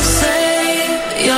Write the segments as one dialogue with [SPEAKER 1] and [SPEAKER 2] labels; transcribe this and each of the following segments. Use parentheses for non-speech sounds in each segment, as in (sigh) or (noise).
[SPEAKER 1] Save your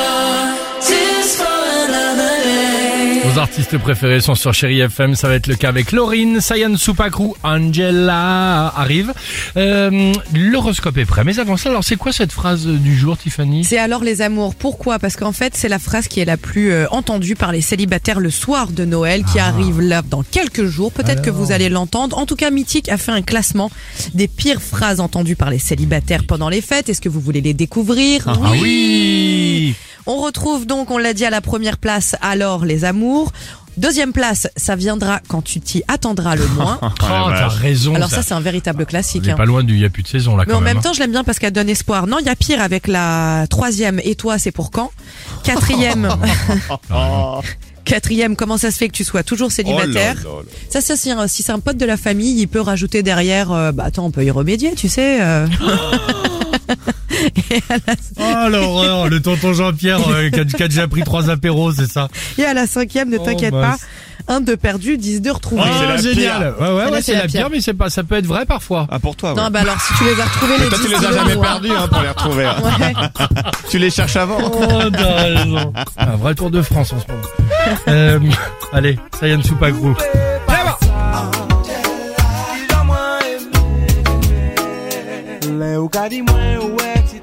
[SPEAKER 1] tears for another day.
[SPEAKER 2] Vos artistes préférés sont sur Chéri FM, ça va être le cas avec Laurine, Sayan Soupacrou, Angela arrive. Euh, L'horoscope est prêt, mais avant ça, alors c'est quoi cette phrase du jour Tiffany
[SPEAKER 3] C'est alors les amours. Pourquoi Parce qu'en fait, c'est la phrase qui est la plus euh, entendue par les célibataires le soir de Noël, qui arrive là dans quelques jours. Peut-être que vous allez l'entendre. En tout cas, Mythique a fait un classement des pires phrases entendues par les célibataires pendant les fêtes. Est-ce que vous voulez les découvrir
[SPEAKER 2] Ah oui
[SPEAKER 3] On retrouve donc, on l'a dit à la première place, alors les amours. Deuxième place, ça viendra quand tu t'y attendras le moins.
[SPEAKER 2] Oh, t'as raison,
[SPEAKER 3] Alors
[SPEAKER 2] ça,
[SPEAKER 3] ça, c'est un véritable classique.
[SPEAKER 2] on est
[SPEAKER 3] hein.
[SPEAKER 2] pas loin du y a plus de saison là
[SPEAKER 3] Mais
[SPEAKER 2] quand
[SPEAKER 3] en même
[SPEAKER 2] hein.
[SPEAKER 3] temps, je l'aime bien parce qu'elle donne espoir. Non, il y a pire avec la troisième. Et toi, c'est pour quand
[SPEAKER 4] (laughs)
[SPEAKER 3] Quatrième. (laughs) Quatrième, comment ça se fait que tu sois toujours célibataire
[SPEAKER 4] Oh
[SPEAKER 3] Ça, ça si, un- si c'est un pote de la famille, il peut rajouter derrière, euh, bah attends, on peut y remédier, tu sais. euh.
[SPEAKER 2] Oh l'horreur, le tonton Jean-Pierre euh, qui, a, qui a déjà pris trois apéros, c'est ça
[SPEAKER 3] Et à la cinquième, ne
[SPEAKER 2] Oh,
[SPEAKER 3] t'inquiète
[SPEAKER 2] mince.
[SPEAKER 3] pas, un de perdu, dix de retrouvés.
[SPEAKER 4] Oh,
[SPEAKER 2] Ah, génial Ouais, ouais,
[SPEAKER 3] Là,
[SPEAKER 2] ouais,
[SPEAKER 3] c'est
[SPEAKER 2] c'est
[SPEAKER 3] la
[SPEAKER 2] la pire,
[SPEAKER 3] pire.
[SPEAKER 2] mais c'est pas, ça peut être vrai
[SPEAKER 3] (laughs)
[SPEAKER 2] parfois.
[SPEAKER 4] Ah, pour toi, ouais.
[SPEAKER 3] Non, bah alors si tu les as retrouvés, les
[SPEAKER 4] Toi, tu
[SPEAKER 3] dix
[SPEAKER 4] les as
[SPEAKER 3] kilos,
[SPEAKER 4] jamais
[SPEAKER 3] ouais.
[SPEAKER 4] perdus hein, pour les
[SPEAKER 3] (laughs)
[SPEAKER 4] retrouver. hein.
[SPEAKER 3] Ouais.
[SPEAKER 4] tu les cherches avant.
[SPEAKER 2] Oh, t'as raison. Un vrai tour de France en ce moment. Euh, (laughs) allez, Sayan Soupacrou.
[SPEAKER 5] Leo Carimue, Wexit.